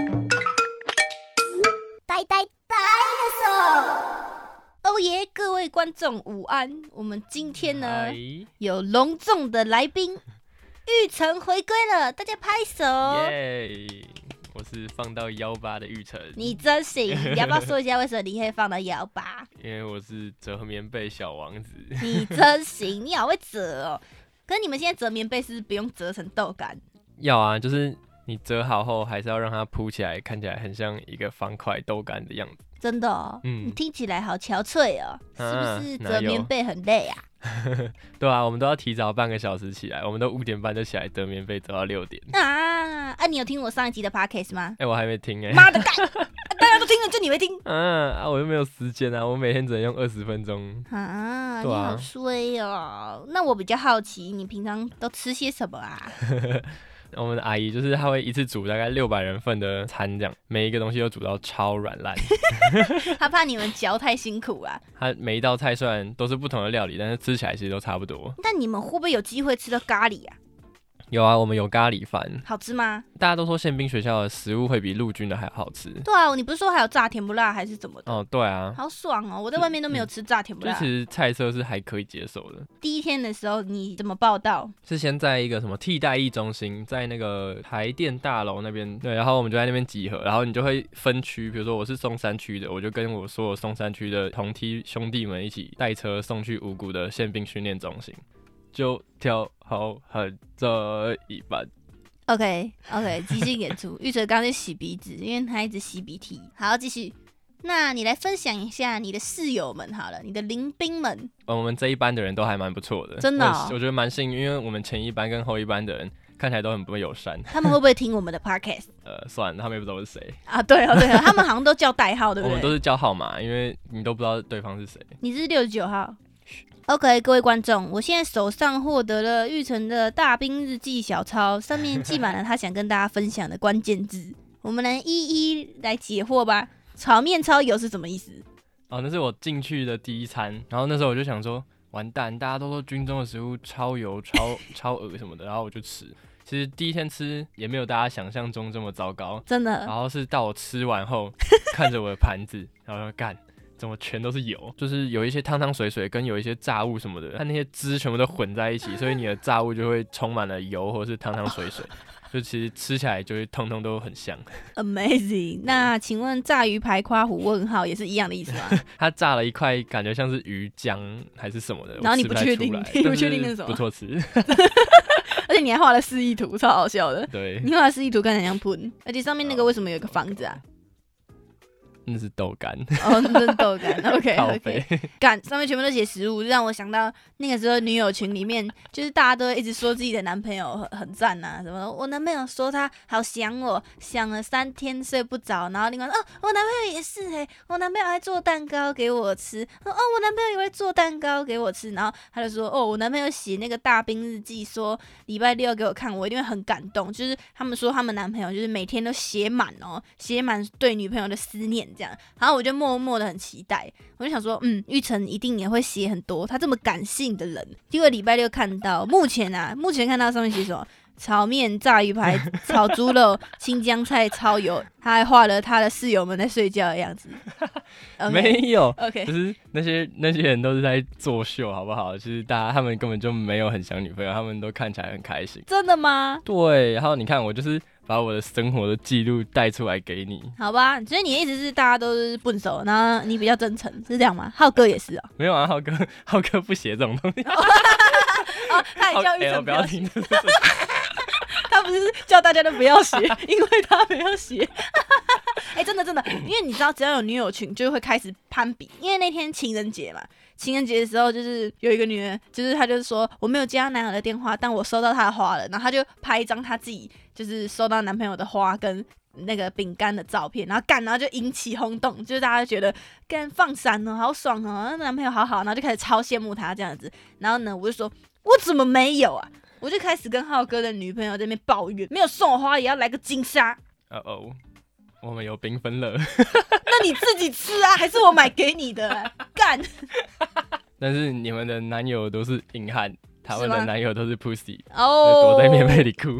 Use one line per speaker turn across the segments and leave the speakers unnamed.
Oh 观众午安，我们今天呢
嗨
有隆重的来宾， 玉成回归了，大家拍手。
耶！我是放到幺八的玉成，
你真行，你要不要说一下为什么你会放到幺 八？
因为我是折棉被小王子，
你真行，你好会折哦。可是你们现在折棉被是不是不用折成豆干？
要啊，就是你折好后还是要让它铺起来，看起来很像一个方块豆干的样子。
真的哦，
嗯
你听起来好憔悴哦，是
啊
不是
哪
折
有
棉被很累啊？
对啊，我们都要提早半个小时起来，我们都五点半就起来折棉被，折到六点。
啊，啊，你有听我上一集的 podcast 吗？
哎、我还没听哎、
妈的干，啊大家都听了，就你没听
啊啊！我又没有时间啊，我每天只能用二十分钟。
啊？你
对啊
好衰哦。那我比较好奇，你平常都吃些什么啊？
我们的阿姨就是她会一次煮大概六百人份的餐，这样每一个东西都煮到超软烂。
他怕你们嚼太辛苦啊。
它每一道菜虽然都是不同的料理，但是吃起来其实都差不多。
那你们会不会有机会吃到咖喱啊？
有啊，我们有咖喱饭，
好吃吗？
大家都说宪兵学校的食物会比陆军的还好吃。
对啊，你不是说还有炸甜不辣还是怎么的？
哦，对啊，
好爽哦！我在外面都没有吃炸甜不
嗯就
辣
其。实菜色是还可以接受的。
第一天的时候你怎么报道？
是先在一个什么替代役中心，在那个台电大楼那边，对，然后我们就在那边集合，然后你就会分区，比如说我是松山区的，我就跟我所有松山区的同梯兄弟们一起带车送去五谷的宪兵训练中心，就跳好很这一半。
OK OK，即 兴演出。玉哲刚刚在洗鼻子，因为他一直吸鼻涕。好，继续。那你来分享一下你的室友们好了，你的邻兵们。
呃我们这一班的人都还蛮不错的，
真的哦
我我觉得蛮幸运，因为我们前一班跟后一班的人看起来都很不友善。
他们会不会听我们的 podcast
呃，算了，他们也不知道我是谁，
啊？对哦，对哦，他们好像都叫代号，对
我
不
们都
对？
是叫号码，因为你都不知道对方是谁。
你是六十九号。OK，各位观众，我现在手上获得了玉成的大兵日记小抄，上面记满了他想跟大家分享的关键字。我们来一一来解惑吧。炒面超油是什么意思？
哦，那是我进去的第一餐，然后那时候我就想说，完蛋，大家都说军中的食物超油、超超恶什么的，然后我就吃。其实第一天吃也没有大家想象中这么糟糕，
真的，
然后是到我吃完 后，看着我的盘子，然后说干，怎么全都是油？就是有一些汤汤水水，跟有一些炸物什么的，它那些汁全部都混在 一起，所以你的炸物就会充满了油或是汤汤水水，就其实吃起来就会通通都很香。
Amazing！那请问炸鱼排夸虎问号也是一样的意思吗？
它炸了一块，感觉像是鱼浆还是什么的，
然后
我
你
吃
不
太
确
出
定
来
你不
但
确定那是什么
不错吃。
而且你还画了示意图，超好笑的。
对，
你画的示意图看起来像喷，而且上面那个为什么有一个房子啊？
那是豆干，
哦，那是豆干。OK 哎
靠
OK，
背。
干上面全部都写食物，就让我想到那个时候女友群里面，就是大家都会一直说自己的男朋友很很赞呐、什么我男朋友说他好想我，想了三天睡不着，然后另外说哦，我男朋友也是哎、我男朋友还做蛋糕给我吃，哦，我男朋友也会做蛋糕给我吃，然后他就说哦，我男朋友写那个大兵日记说礼拜六给我看，我一定会很感动。就是他们说他们男朋友就是每天都写满哦，写满对女朋友的思念这样。然后我就默默的很期待，我就想说，嗯，玉成一定也会写很多，他这么感性的人。结果礼拜六看到，目前啊，目前看到上面写什么？炒面、炸鱼排、炒猪肉、青江菜、超油，他还画了他的室友们在睡觉的样子。OK
没有，就
OK，
是那些那些人都是在作秀，好不好？就是大家他们根本就没有很想女朋友，他们都看起来很开心。
真的吗？
对，然后你看我就是把我的生活的记录带出来给你，
好吧，所以你的意思是大家都是笨手，然后你比较真诚，是这样吗？浩哥也是哦，
没有啊，浩哥，浩哥不写这种东西，
哦， 他
浩
也叫玉
哎我
成
不
不
要
要写，
听。
他不是叫大家都不要 写，因为他没有写。哎、真的真的，因为你知道，只要有女友群，就会开始攀比。因为那天情人节嘛，情人节的时候，就是有一个女人，就是她就说我没有接到男友的电话，但我收到她的花了，然后她就拍一张她自己就是收到男朋友的花跟。那个饼干的照片，然后干，然后就引起轰动，就是大家就觉得干放闪哦，好爽哦，那男朋友好好，然后就开始超羡慕她这样子。然后呢，我就说，我怎么没有啊？我就开始跟浩哥的女朋友在那边抱怨，没有送我花也要来个金沙，
哦 哦，我们有缤纷乐。
那你自己吃啊，还是我买给你的啊、干，
但是你们的男友都是硬汉，他们
是吗
的男友都是 pussy，
哦，
躲在棉被里哭。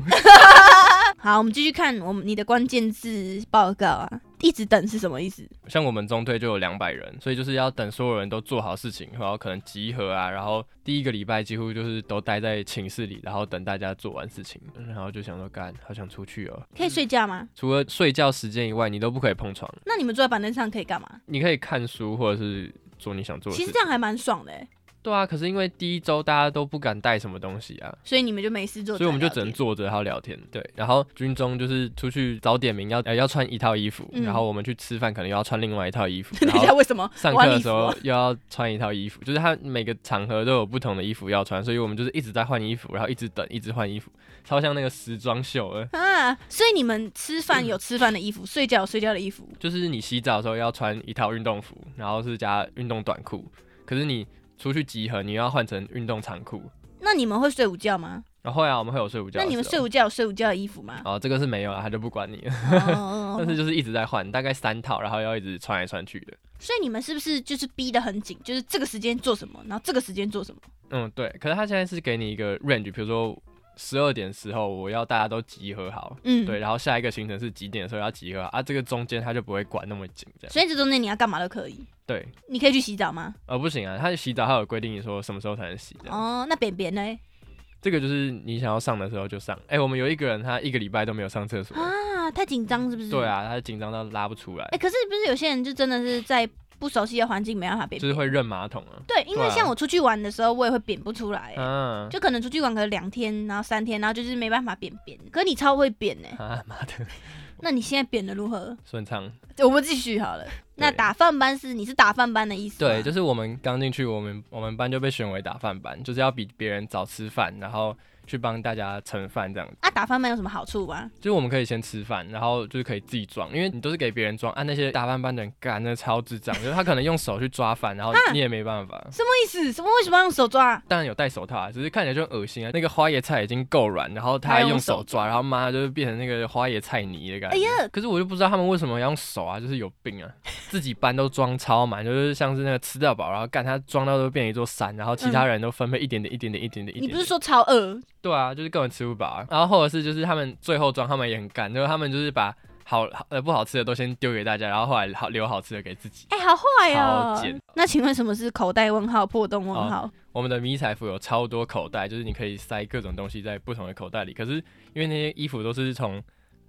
好，我们继续看我们你的关键字报告啊。一直等是什么意思？
像我们中队就有两百人，所以就是要等所有人都做好事情，然后可能集合啊，然后第一个礼拜几乎就是都待在寝室里，然后等大家做完事情，然后就想说干，好想出去哦。
可以睡觉吗？
除了睡觉时间以外，你都不可以碰床，
那你们坐在板凳上可以干嘛？
你可以看书或者是做你想做的
其
事
实
情
这。样还蛮爽的欸，
对啊，可是因为第一周大家都不敢带什么东西啊，
所以你们就没事做，
所以我们就只能
在聊天
坐着，然后聊天。对，然后军中就是出去早点名要、呃、要穿一套衣服，
嗯，
然后我们去吃饭可能又要穿另外一套衣服 然
等一
后
下，为什么
上
我
课
要
的
礼
时
服
候
啊
又要穿一套衣服，就是他每个场合都有不同的衣服要穿，所以我们就是一直在换衣服，然后一直等，一直换衣服，超像那个时装秀欸的。
啊？所以你们吃饭有吃饭的衣服，睡觉有睡觉的衣服，
就是你洗澡的时候要穿一套运动服，然后是加运动短裤，可是你出去集合，你又要换成运动长裤。
那你们会睡午觉吗？
然后呀、我们会有睡午觉的
那
时候。
你们睡午觉有睡午觉的衣服吗？
哦，这个是没有啊，他就不管你 了。
哦
但是就是一直在换，大概三套，然后要一直穿来穿去的。
所以你们是不是就是逼得很紧，就是这个时间做什么，然后这个时间做什么？
嗯，对。可是他现在是给你一个 range，比如说十二点时候我要大家都集合好，
嗯，
对，。然后下一个行程是几点的时候要集合啊？这个中间他就不会管那么紧，这样
所以这中间你要干嘛都可以，
对。
你可以去洗澡吗？
呃，不行啊，他洗澡还有规定，你说什么时候才能洗这样。
哦，那便便呢？
这个就是你想要上的时候就上。哎、我们有一个人他一个礼拜都没有上厕所，
啊，太紧张是不是？
对。啊，他紧张到拉不出来，
哎、可是不是有些人就真的是在不熟悉的环境没办法便
就
便？
是会认马桶啊。
对，因为
对啊
像我出去玩的时候，我也会便不出来、哎
啊
就可能出去玩个两天，然后三天，然后就是没办法便便。可你超会便呢、
啊妈的，
那你现在便的如何？
顺畅。
我们继续好了。 那打饭班是你是打饭班的意思吗？
对，就是我们刚进去，我们我们班就被选为打饭班，就是要比别人早吃饭，然后去帮大家盛饭这样子。
啊，打饭班有什么好处吗？
就是我们可以先吃饭，然后就是可以自己装，因为你都是给别人装，按、那些打饭班的人干，那超智障，就是他可能用手去抓饭，然后你也没办法。
什么意思？什么为什么要用手抓、啊？
当然有戴手套啊，只是看起来就很恶心啊。那个花椰菜已经够软，然后他还用手抓，然后妈就是变成那个花椰菜泥的感觉。
哎呀
可是我就不知道他们为什么要用手啊，就是有病啊！自己班都装超满，就是像是那个吃到饱，然后干他装到都变一座山，然后其他人都分配一点点、一点点、一点点、一
嗯你
点点。
不是说超饿？
对啊，就是根本吃不饱、啊。然后或者是就是他们最后装，他们也很干，就是他们就是把好好呃不好吃的都先丢给大家，然后后来好留好吃的给自己。
哎、好坏
超贱哦
哦！那请问什么是口袋问号、破洞问号？
我们的迷彩服有超多口袋，就是你可以塞各种东西在不同的口袋里。可是因为那些衣服都是从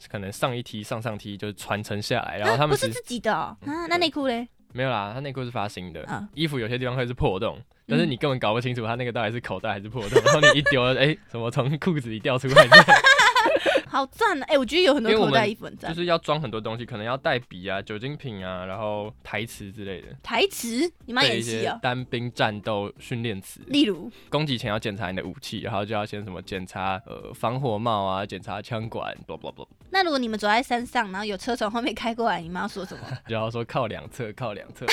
可能上一梯、上上梯就是传承下来，然后他
啊、不
们嗯
是
是
自己的哦、啊，那内裤嘞？
没有啦，他内裤是发新的，
啊
衣服有些地方会是破洞，但
嗯
是你根本搞不清楚他那个到底是口袋还是破洞。然后你一丢，哎、什么从裤子里掉出来，
好赞啊！哎、我觉得有很多
因为我
口
们
袋衣服很赞
就。是要装很多东西，可能要带笔啊、酒精瓶啊，然后台词之类的，
台词，你妈
对一
演戏
些
哦、嗯
单兵战斗训练词。
例如，
攻击前要检查你的武器，然后就要先什么检查呃防火帽啊，检查枪管，blah blah blah，
那如果你们走在山上，然后有车从后面开过来，你妈要说什么？
然后说靠两侧，靠两 侧。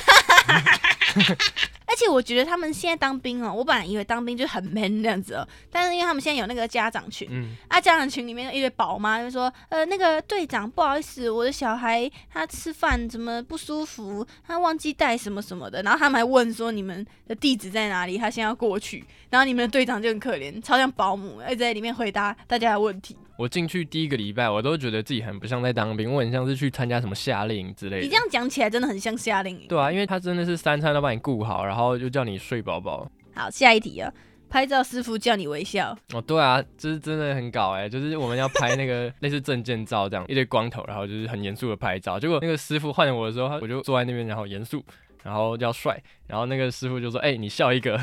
而且我觉得他们现在当兵哦、我本来以为当兵就很 man 那样子哦、但是因为他们现在有那个家长群，
嗯，
啊，家长群里面有一堆宝妈就说，呃，那个队长，不好意思，我的小孩他吃饭怎么不舒服，他忘记带什么什么的，然后他们还问说你们的地址在哪里，他现在要过去，然后你们的队长就很可怜，超像保姆，一直在里面回答大家的问题。
我进去第一个礼拜，我都觉得自己很不像在当兵，我很像是去参加什么夏令营之类
你这
的。
样讲起来真的很像夏令营。欸
对啊，因为他真的是三餐都把你顾好，然后就叫你睡饱饱。
好，下一题啊，拍照师傅叫你微笑，
哦，对啊，就是真的很搞哎、就是我们要拍 那个类似证件照这样，一堆光头，然后就是很严肃的拍照。结果那个师傅换了我的时候，他我就坐在那边，然后严肃，然后要帅，然后那个师傅就说：“哎、你笑一个。”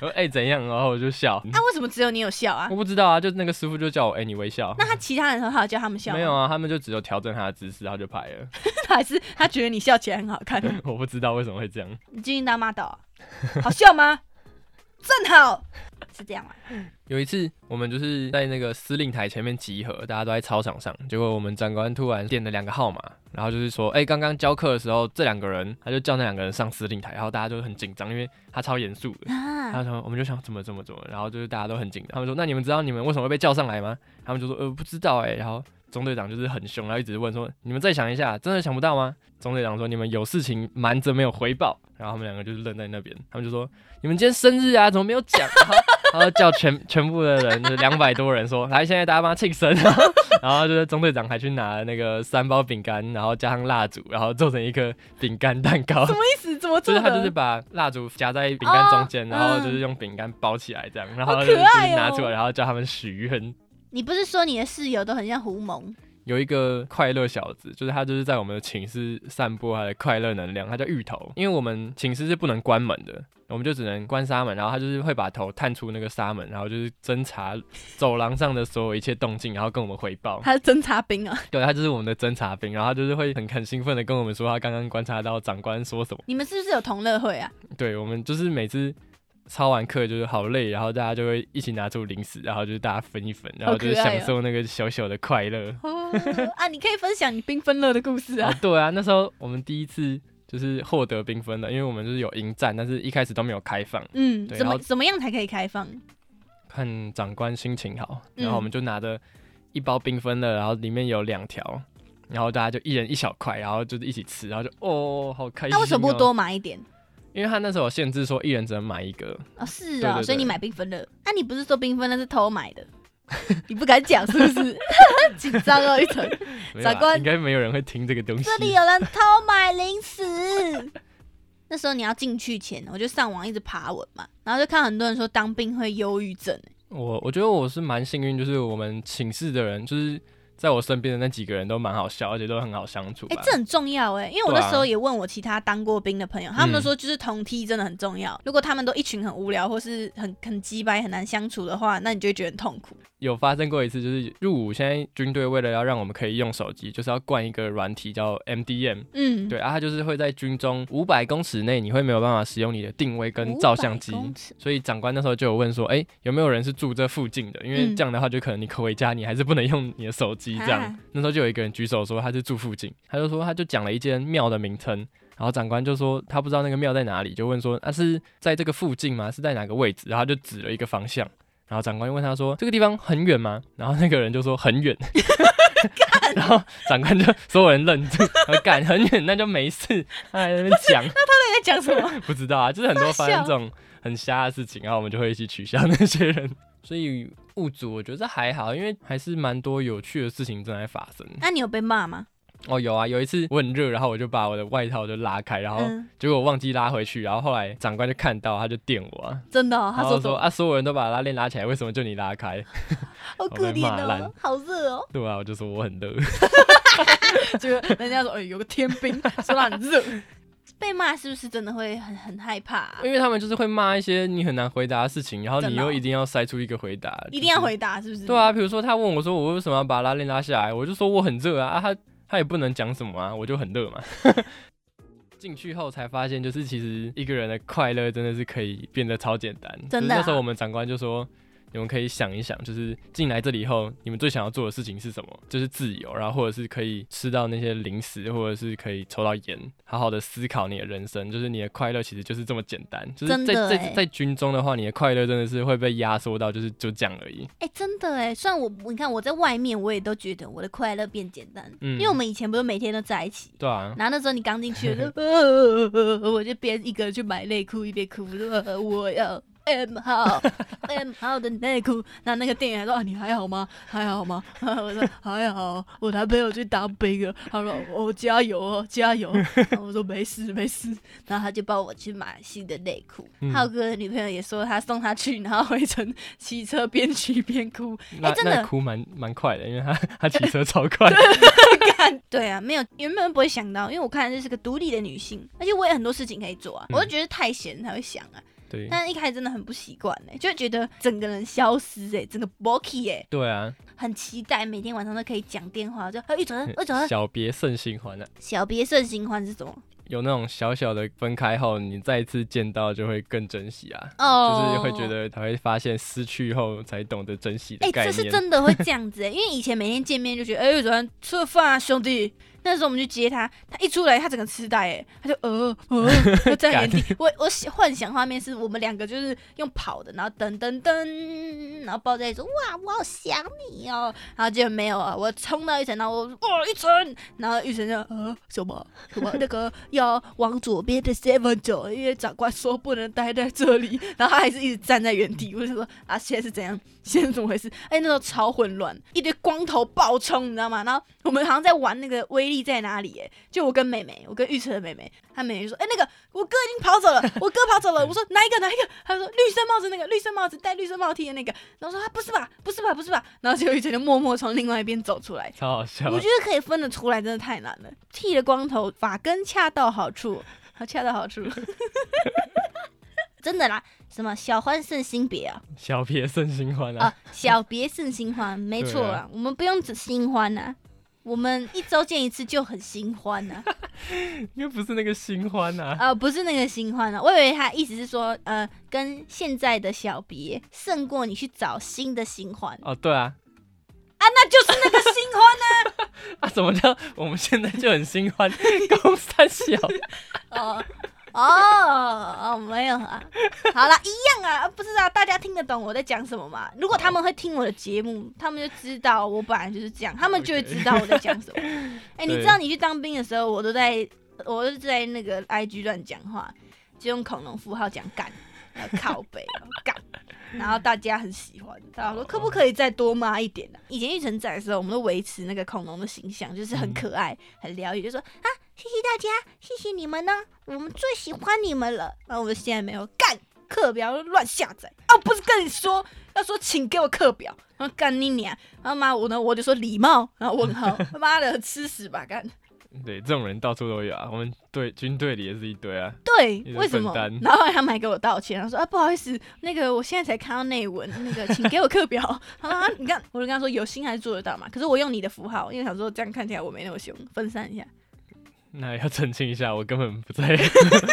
我说：“哎、怎样？”然后我就笑。
那、啊为什么只有你有笑啊
我？不知道啊，就那个师傅就叫我：“哎、你微笑。
那他其他人很好叫他们”笑吗
没有，啊，他们就只有调整他的姿势，然后就拍了。
还是他觉得你笑起来很好看？
我不知道为什么会这样。
你最近当妈导，好笑吗？正好是这样吗？
有一次，我们就是在那个司令台前面集合，大家都在操场上。结果我们长官突然点了两个号码，然后就是说：“哎、刚刚教课的时候，这两个人，他就叫那两个人上司令台。”然后大家就很紧张，因为他超严肃的。
啊，
他说：“我们就想怎么怎么怎么。”然后就是大家都很紧张。他们说：“那你们知道你们为什么会被叫上来吗？”他们就说：“呃，不知道哎、然后中队长就是很凶，然后一直问说：“你们再想一下，真的想不到吗？”中队长说：“你们有事情瞒着没有回报。”然后他们两个就是愣在那边，他们就说：“你们今天生日啊，怎么没有讲？”然后然后叫全全部的人，就是两百多人说，来，现在大家帮他庆生， 然后然后就是中队长还去拿那个三包饼干，然后加上蜡烛，然后做成一个饼干蛋糕
什。么意思？怎么
就
做
是
的？
他就是把蜡烛夹在饼干中间，
哦
然后就是用饼干包起来这样，然后
好可
就是
爱哦
拿出来，然后叫他们许愿。
你不是说你的室友都很像胡蒙？
有一个快乐小子，就是他就是在我们的寝室散播他的快乐能量，他叫芋头。因为我们寝室是不能关门的，我们就只能关纱门，然后他就是会把头探出那个纱门，然后就是侦查走廊上的所有一切动静，然后跟我们回报。
他是侦察兵啊！
对，他就是我们的侦察兵，然后他就是会很很兴奋的跟我们说他刚刚观察到长官说什么。
你们是不是有同乐会啊？
对我们就是每次。抄完课就是好累，然后大家就会一起拿出零食，然后就是大家分一分，然后就是
好可爱
享
哦
受那个小小的快乐。
哦 啊，你可以分享你缤纷乐的故事
啊
啊！，
对啊，那时候我们第一次就是获得缤纷的，因为我们就是有迎战，但是一开始都没有开放，
嗯，
对哎
怎
然
么
后
怎么样才可以开放？
看长官心情好，
嗯
然后我们就拿着一包缤纷的，然后里面有两条，然后大家就一人一小块，然后就是一起吃，然后就哦，好开心、
那为什么不？多买一点
因为他那时候有限制说一人只能买一个，
哦，是
对对
哦，
对
所以你买缤纷乐。啊，你不是说缤纷乐是偷买 的？你不敢讲是不是？ 紧张哦，一层。
没有啦
长官
应该没有人会听这个东西。
这里有人偷买零食。那时候你要进去前，我就上网一直爬文嘛，然后就看很多人说当兵会忧郁症、
我我觉得我是蛮幸运，就是我们寝室的人，就是在我身边的那几个人都蛮好笑，而且都很好相处吧。
哎、这很重要哎、因为我
对啊
那时候也问我其他当过兵的朋友，他们都
嗯
说就是同梯真的很重要。如果他们都一群很无聊或是很很鸡掰、很难相处的话，那你就会觉得很痛苦。
有发生过一次，就是入伍现在军队为了要让我们可以用手机，就是要灌一个软体叫 MDM，
嗯，
对啊，它就是会在军中五百公尺内你会没有办法使用你的定位跟照相机
500。公尺
所以长官那时候就有问说，哎、有没有人是住这附近的？因为
嗯
这样的话，就可能你回家你还是不能用你的手机这样。
啊
那时候就有一个人举手说他是住附近，他就说他就讲了一间庙的名称，然后长官就说他不知道那个庙在哪里，就问说啊是在这个附近吗？是在哪个位置？然后他就指了一个方向，然后长官就问他说这个地方很远吗？然后那个人就说很远。然后长官就所有人愣住，他说干很远那就没事，他还在那边讲，
在讲什么？
不知道啊，就是很多发
傻
生
笑
这种很瞎的事情，然后我们就会一起取消那些人。 所以物主我觉得还好，因为还是蛮多有趣的事情正在发生。
那你有被骂吗？
哦，有啊，有一次我很热，然后我就把我的外套就拉开，然后
嗯，
结果我忘记拉回去，然后后来长官就看到，他就电我啊，
真的、哦，
然
他
后
说什
说
么？
啊，所有人都把拉链拉起来，为什么就你拉开？
好可
被
怜
骂烂
哦，好热哦。
对啊，我就说我 很热。
结果人家说，哎、有个天 兵，说他很热。被骂是不是真的会很很害怕啊、
因为他们就是会骂一些你很难回答的事情，然后你
真的哦
又一定要塞出一个回答，
一定要
就是
回答是不是？
对，啊，比如说他问我说我为什么要把拉链拉下来，我就说我很热啊，啊他他也不能讲什么啊，我就很热嘛。 进去后才发现，就是其实一个人的快乐真的是可以变得超简单。
真
就是
的
那
啊
时候我们长官就说，你们可以想一想，就是进来这里以后，你们最想要做的事情是什么？就是自由，然后或者是可以吃到那些零食，或者是可以抽到烟，好好的思考你的人生。就是你的快乐其实就是这么简单。就是
真
在
的
在
欸
在军中的话，你的快乐真的是会被压缩到，就是就这样而已。
哎、真的哎，虽然我你看我在外面，我也都觉得我的快乐变简单，
嗯
因为我们以前不是每天都在一起。
对啊，
然后那时候你刚进 去，我就呃呃呃我就边一个人去买内裤，一边哭，我说、呃、我要 M 号 M 号的内裤。那那个店员还说、啊、你还好吗？还好吗？ 我说还好，我男朋友去当兵了。他说我、哦、加油哦，加 油。然后我说没事没事。然后他就帮我去买新的内裤。
嗯
浩哥的女朋友也说他送他去，然后回程骑车边骑边哭。
那、
哎真
那
的
哭蛮蛮快的，因为他 他骑车超 快。
干对啊，没有原本不会想到，因为我看这是个独立的女性，而且我也很多事情可以做啊，
嗯
我就觉得太闲才会想啊，
对
但一开始真的很不习惯呢，就会觉得整个人消失哎、整个 bulky 哎、
对啊，
很期待每天晚上都可以讲电话，就哎一 走一走，
小别胜新欢啊，
小别胜新欢是什么？
有那种小小的分开后，你再一次见到就会更珍惜啊，
哦，
就是会觉。得才会发现失去后才懂得珍惜
哎、
的概
这欸
念。
是真的会这样子哎、因为以前每天见面就觉得，哎、昨天吃了饭啊，兄弟，那时候我们去接他，他一出来，他整个痴呆，哎，他就呃 呃，就在原地。我我喜幻想画面是我们两个就是用跑的，然后噔噔噔，然后抱在一起说哇，我好想你哦。然后结果没有啊，我冲到一层，然后我哇一层，然后玉成就呃什么什么那个要往左边的 seven 走，因为长官说不能待在这里，然后他还是一直站在原地。我就说啊，现在是怎样？现在是怎么回事？哎，那时候超混乱，一堆光头暴冲，你知道吗？然后我们好像在玩那个威力在哪里、哎，就我跟妹妹，我跟玉成的妹妹，她妹妹就说，哎，那个我哥已经跑走了，我哥跑走了。我说哪一个哪一个？她说绿色帽子那个，绿色帽子戴绿色帽 T 的那个。然后说啊，不是吧，不是吧，不是吧。然后结果玉成就默默从另外一边走出来，
超好笑
我。觉得可以分得出来，真的太难了。剃了光头，发根恰到好处，好恰到好处， 真的啦。什么小欢胜新别啊？
小别胜新欢啊
啊，小别胜新欢，没错
对
啊，我们不用只新欢呐、我们一周见一次就很新欢 呐、
应该不是那个新欢啊。
啊，不是那个新欢啊，我以为他意思是说，呃，跟现在的小别胜过你去找新的新欢啊，
哦，对啊，
那就是那个新欢啊
啊，怎么叫我们现在就很 新欢？公三小，
哦哦哦，没有啊，好啦，一样啊，不知道大家听得懂我在讲什么吗？如果他们会听我的节目，他们就知道我本来就是这样，他们就会知道我在讲什么。哎、你
对
知道你去当兵的时候，我都在，我都在那个 IG 乱讲话，就用恐龙符号讲干，然后靠背然后干。然后大家很喜欢，大家说可不可以再多骂一点呢、啊以前玉成在的时候，我们都维持那个恐龙的形象，就是很可爱、很疗愈，就说啊，谢谢大家，谢谢你们呢、我们最喜欢你们了。然后我们现在没有干课表乱下载啊，不是跟你说要说请给我课表，然后干你娘，然后妈我呢我就说礼貌，然后问号，妈的吃屎吧干，
对，这种人到处都有啊。我们队军队里也是一堆啊。
对
你，的
为什么
笨蛋？
然后后来他们还给我道歉，他说啊不好意思，那个我现在才看到内文，那个请给我课表。 他说啊你看，我就跟他说有心还是做得到嘛，可是我用你的符号，因为想说这样看起来我没那么凶，分散一下。
那要澄清一下，我根本不在，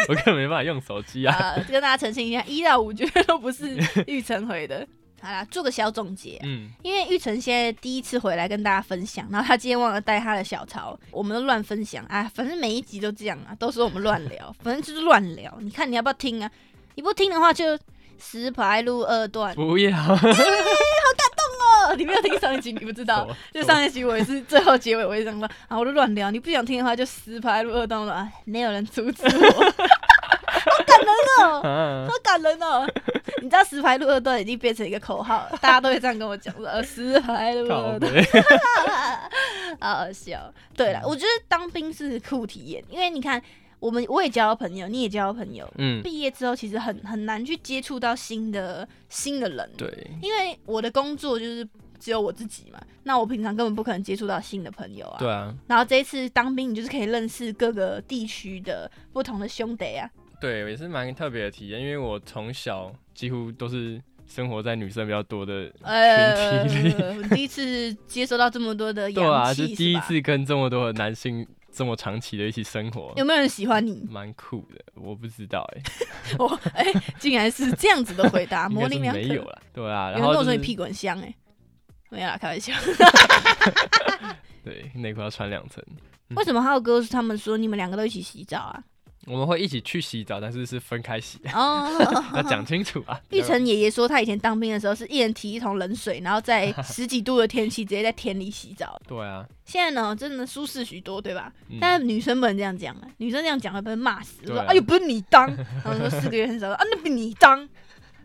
我根本没办法用手机 啊。
呃，跟大家澄清一下，一到五绝对都不是玉成回的。 好啦，做个小总结，
嗯，
因为玉成现在第一次回来跟大家分享，然后他今天忘了带他的小抄，我们都乱分享啊，反正每一集都这样啊，都说我们乱聊，反正就是乱聊。你看你要不要听啊？你不听的话就十排路二段
不 要。
哦， 你没有听上一集，你不知 道。就上一集我也是最后结尾我也讲到，啊，我就乱聊，你不想听的话就十排路二段了，哎没有人阻止我，好感人哦。
啊
好感人哦！你知道十排路二段已经变成一个口号了，大家都会这样跟我讲说呃十排路
靠
二段，
背
好好笑。对了，我觉得当兵是酷体验，因为你看我们我也交到朋友，你也交到朋友，
嗯，
毕业之后其实很很难去接触到新的新的人，
对，
因为我的工作就是只有我自己嘛，那我平常根本不可能接触到新的朋友啊。
对啊，
然后这一次当兵，你就是可以认识各个地区的不同的兄弟啊，
对，也是蛮特别的体验，因为我从小几乎都是生活在女生比较多的
呃
群体，
第一次接收到这么多的
对啊，
阳
就
气，
第一
是吧，
次跟这么多的男性这么长期的一起生活，
有没有人喜欢你？
蛮酷的。我不知道哎、
我哎、竟然是这样子的回答，
应
模
该是
棱两可。
没有啦，对啊，
有人
然
跟
后、
我
就
说
是嗯
你屁股很香哎、没有啦，开玩笑。
对内裤要穿两层。嗯
为什么浩哥他们说你们两个都一起洗澡啊？
我们会一起去洗澡，但是是分开 洗，
哦，
要讲清楚啊。
玉成爷爷说他以前当兵的时候是一人提一桶冷水，然后 在十几度的天气直接在田里洗澡。
对啊，
现在呢，真的舒适许多，对吧？
嗯
但是女生不能这样讲啊，女生这样讲会被骂死。我
对
说：“
啊
哎呦，不是你当。”然后说四个月很少啊，那不是你当。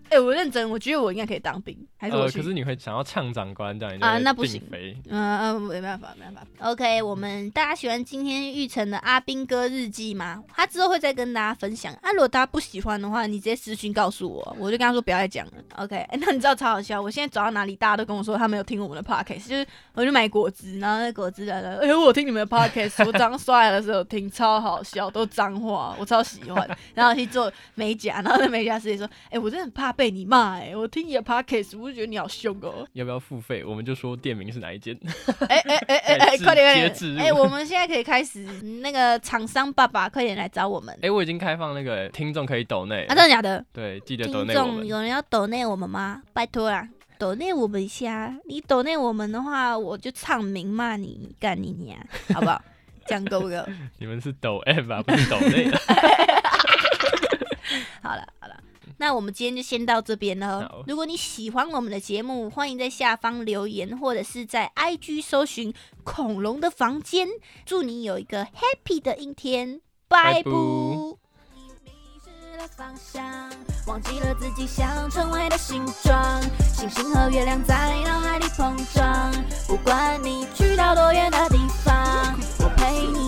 哎、我认真，我觉得我应该可以当兵，还是我
呃，
去？
可是你会想要呛长官这样，你就
啊
会
那不
并
行
非
嗯嗯，没办法，没办法。OK，我们大家喜欢今天玉成的阿兵哥日记吗？他之后会再跟大家分享。啊，如果大家不喜欢的话，你直接私信告诉我，我就跟他说不要再讲了。OK，、哎那你知道超好笑，我现在走到哪里，大家都跟我说他没有听我们的 podcast，就是我就买果汁，然后那果汁来了，哎、我有听你们的 podcast，我刚刷牙的时候有听，超好笑，都脏话，我超喜欢。然后去做美甲，然后那美甲师也说，哎、我真的很怕被你骂，哎，我听你的 podcast，我就觉得你好凶哦。
要不要付费，我们就说店名是哪一间。
哎哎哎哎
哎
哎，
自
快点快
接自
点！
入
哎，我们现在可以开始，那个厂商爸爸快点来找我们。
哎、我已经开放那个听众可以抖内、
啊，真的假的？
对，记得抖
听
内我
众
们。
有人要抖内我们吗？拜托啦，抖内我们一 下。你抖内我们的话，我就唱名骂你，干你娘，好不好？这样够不够？
你们是抖 M 吧，不是抖内啊。
好了好了，那我们今天就先到这边
好
喽。如果你喜欢我们的节目，欢迎在下方留言，或者是在 IG 搜寻“恐龙的房间”。祝你有一个 happy 的一天，
拜
拜
拜
拜。
你迷失了方向，忘记了自己想成为的形状。星星和月亮在脑海里碰撞，不管你去到多远的地方，我陪你。